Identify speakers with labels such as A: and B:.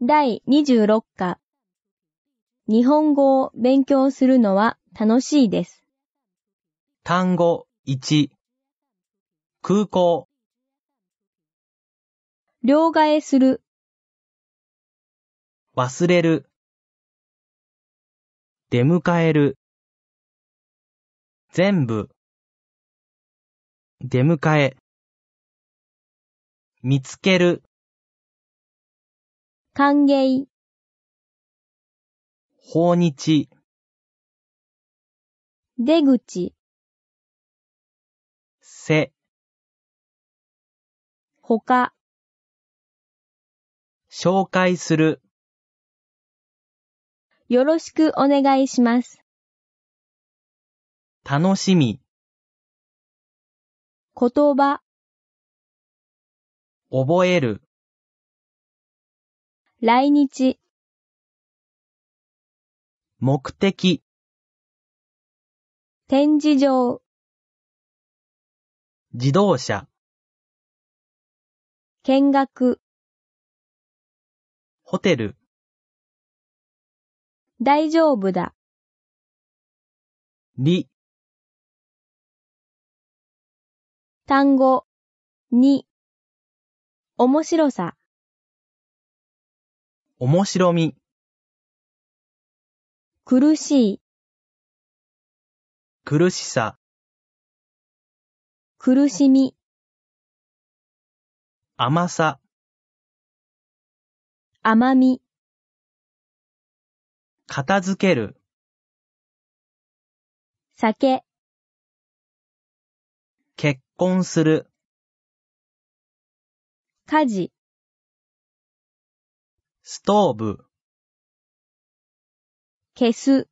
A: 第26課。日本語を勉強するのは楽しいです。
B: 単語1空港
A: 両替する、
B: 忘れる出迎える全部出迎え見つける
A: 歓迎、
B: 訪日
A: 出口、
B: せ
A: 他、
B: 紹介する
A: よろしくお願いします。
B: 楽しみ
A: 言葉、
B: 覚える
A: 来日、
B: 目的
A: 展示場、
B: 自動車
A: 見学、
B: ホテル
A: 大丈夫だ、
B: り
A: 単語、に、面白さ、
B: 面白み
A: 苦しい、
B: 苦しさ
A: 苦しみ、
B: 甘さ
A: 甘み、
B: 片付ける
A: 酒、
B: 結婚する
A: 火事、
B: ストーブ、
A: 消す、